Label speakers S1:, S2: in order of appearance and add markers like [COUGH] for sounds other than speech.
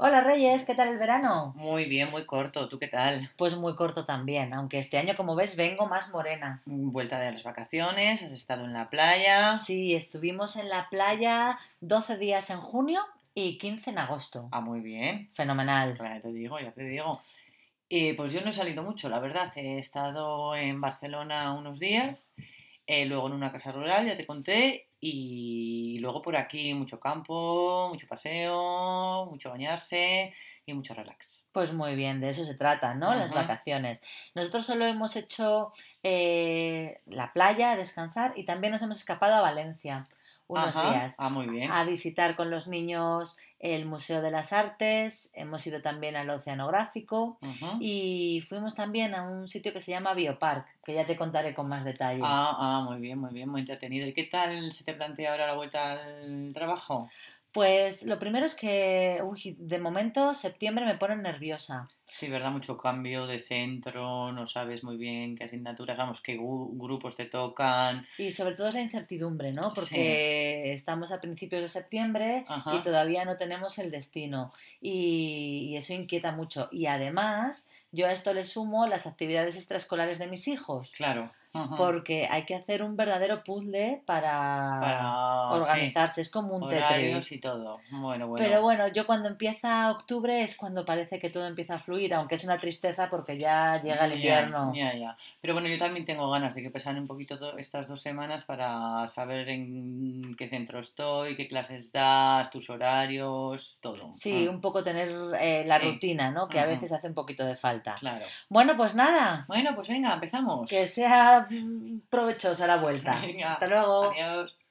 S1: Hola Reyes, ¿qué tal el verano?
S2: Muy bien, muy corto. ¿Tú qué tal?
S1: Pues muy corto también, aunque este año, como ves, vengo más morena.
S2: Vuelta de las vacaciones, has estado en la playa.
S1: Sí, estuvimos en la playa 12 días en junio y 15 en agosto.
S2: Ah, muy bien.
S1: Fenomenal.
S2: Ya te digo, ya te digo. Eh, pues yo no he salido mucho, la verdad. He estado en Barcelona unos días, eh, luego en una casa rural, ya te conté, y luego por aquí mucho campo, mucho paseo, mucho bañarse y mucho relax.
S1: Pues muy bien, de eso se trata, ¿no? Las
S2: Ajá.
S1: vacaciones. Nosotros solo hemos hecho eh, la playa, descansar y también nos hemos escapado a Valencia unos
S2: Ajá.
S1: días.
S2: Ah, muy bien.
S1: a visitar con los niños el Museo de las Artes, hemos ido también al Oceanográfico
S2: Ujú.
S1: y fuimos también a un sitio que se llama Biopark, que ya te contaré con más detalle.
S2: Ah, ah, muy bien, muy bien, muy entretenido. ¿Y qué tal se te plantea ahora la vuelta al trabajo?
S1: Pues lo primero es que uy, de momento septiembre me pone nerviosa.
S2: Sí, ¿verdad? Mucho cambio de centro, no sabes muy bien qué asignaturas, vamos, qué gu- grupos te tocan.
S1: Y sobre todo es la incertidumbre, ¿no?
S2: Sí.
S1: Porque estamos a principios de septiembre
S2: Ajá.
S1: y todavía no tenemos el destino. Y, y eso inquieta mucho. Y además, yo a esto le sumo las actividades extraescolares de mis hijos.
S2: Claro. Ajá.
S1: porque hay que hacer un verdadero puzzle para,
S2: Para
S1: organizarse, es como
S2: sí,
S1: un
S2: horarios
S1: Tetris.
S2: y todo. Bueno, bueno.
S1: Pero bueno, yo cuando empieza octubre es cuando parece que todo empieza a fluir, aunque es una tristeza porque ya llega el
S2: Ya,
S1: invierno.
S2: Ya, ya. Pero bueno, yo también tengo ganas de que pasen un poquito do- estas dos semanas para saber en qué centro estoy, qué clases das, tus horarios, todo.
S1: Sí,
S2: Ah,
S1: un poco tener eh, la
S2: Sí.
S1: rutina, ¿no? Que a
S2: Ujú.
S1: veces hace un poquito de falta.
S2: claro.
S1: Bueno, pues nada,
S2: Bueno, pues venga, empezamos.
S1: que sea mm, provechosa la vuelta.
S2: [LAUGHS] Venga,
S1: Hasta luego.
S2: Adiós.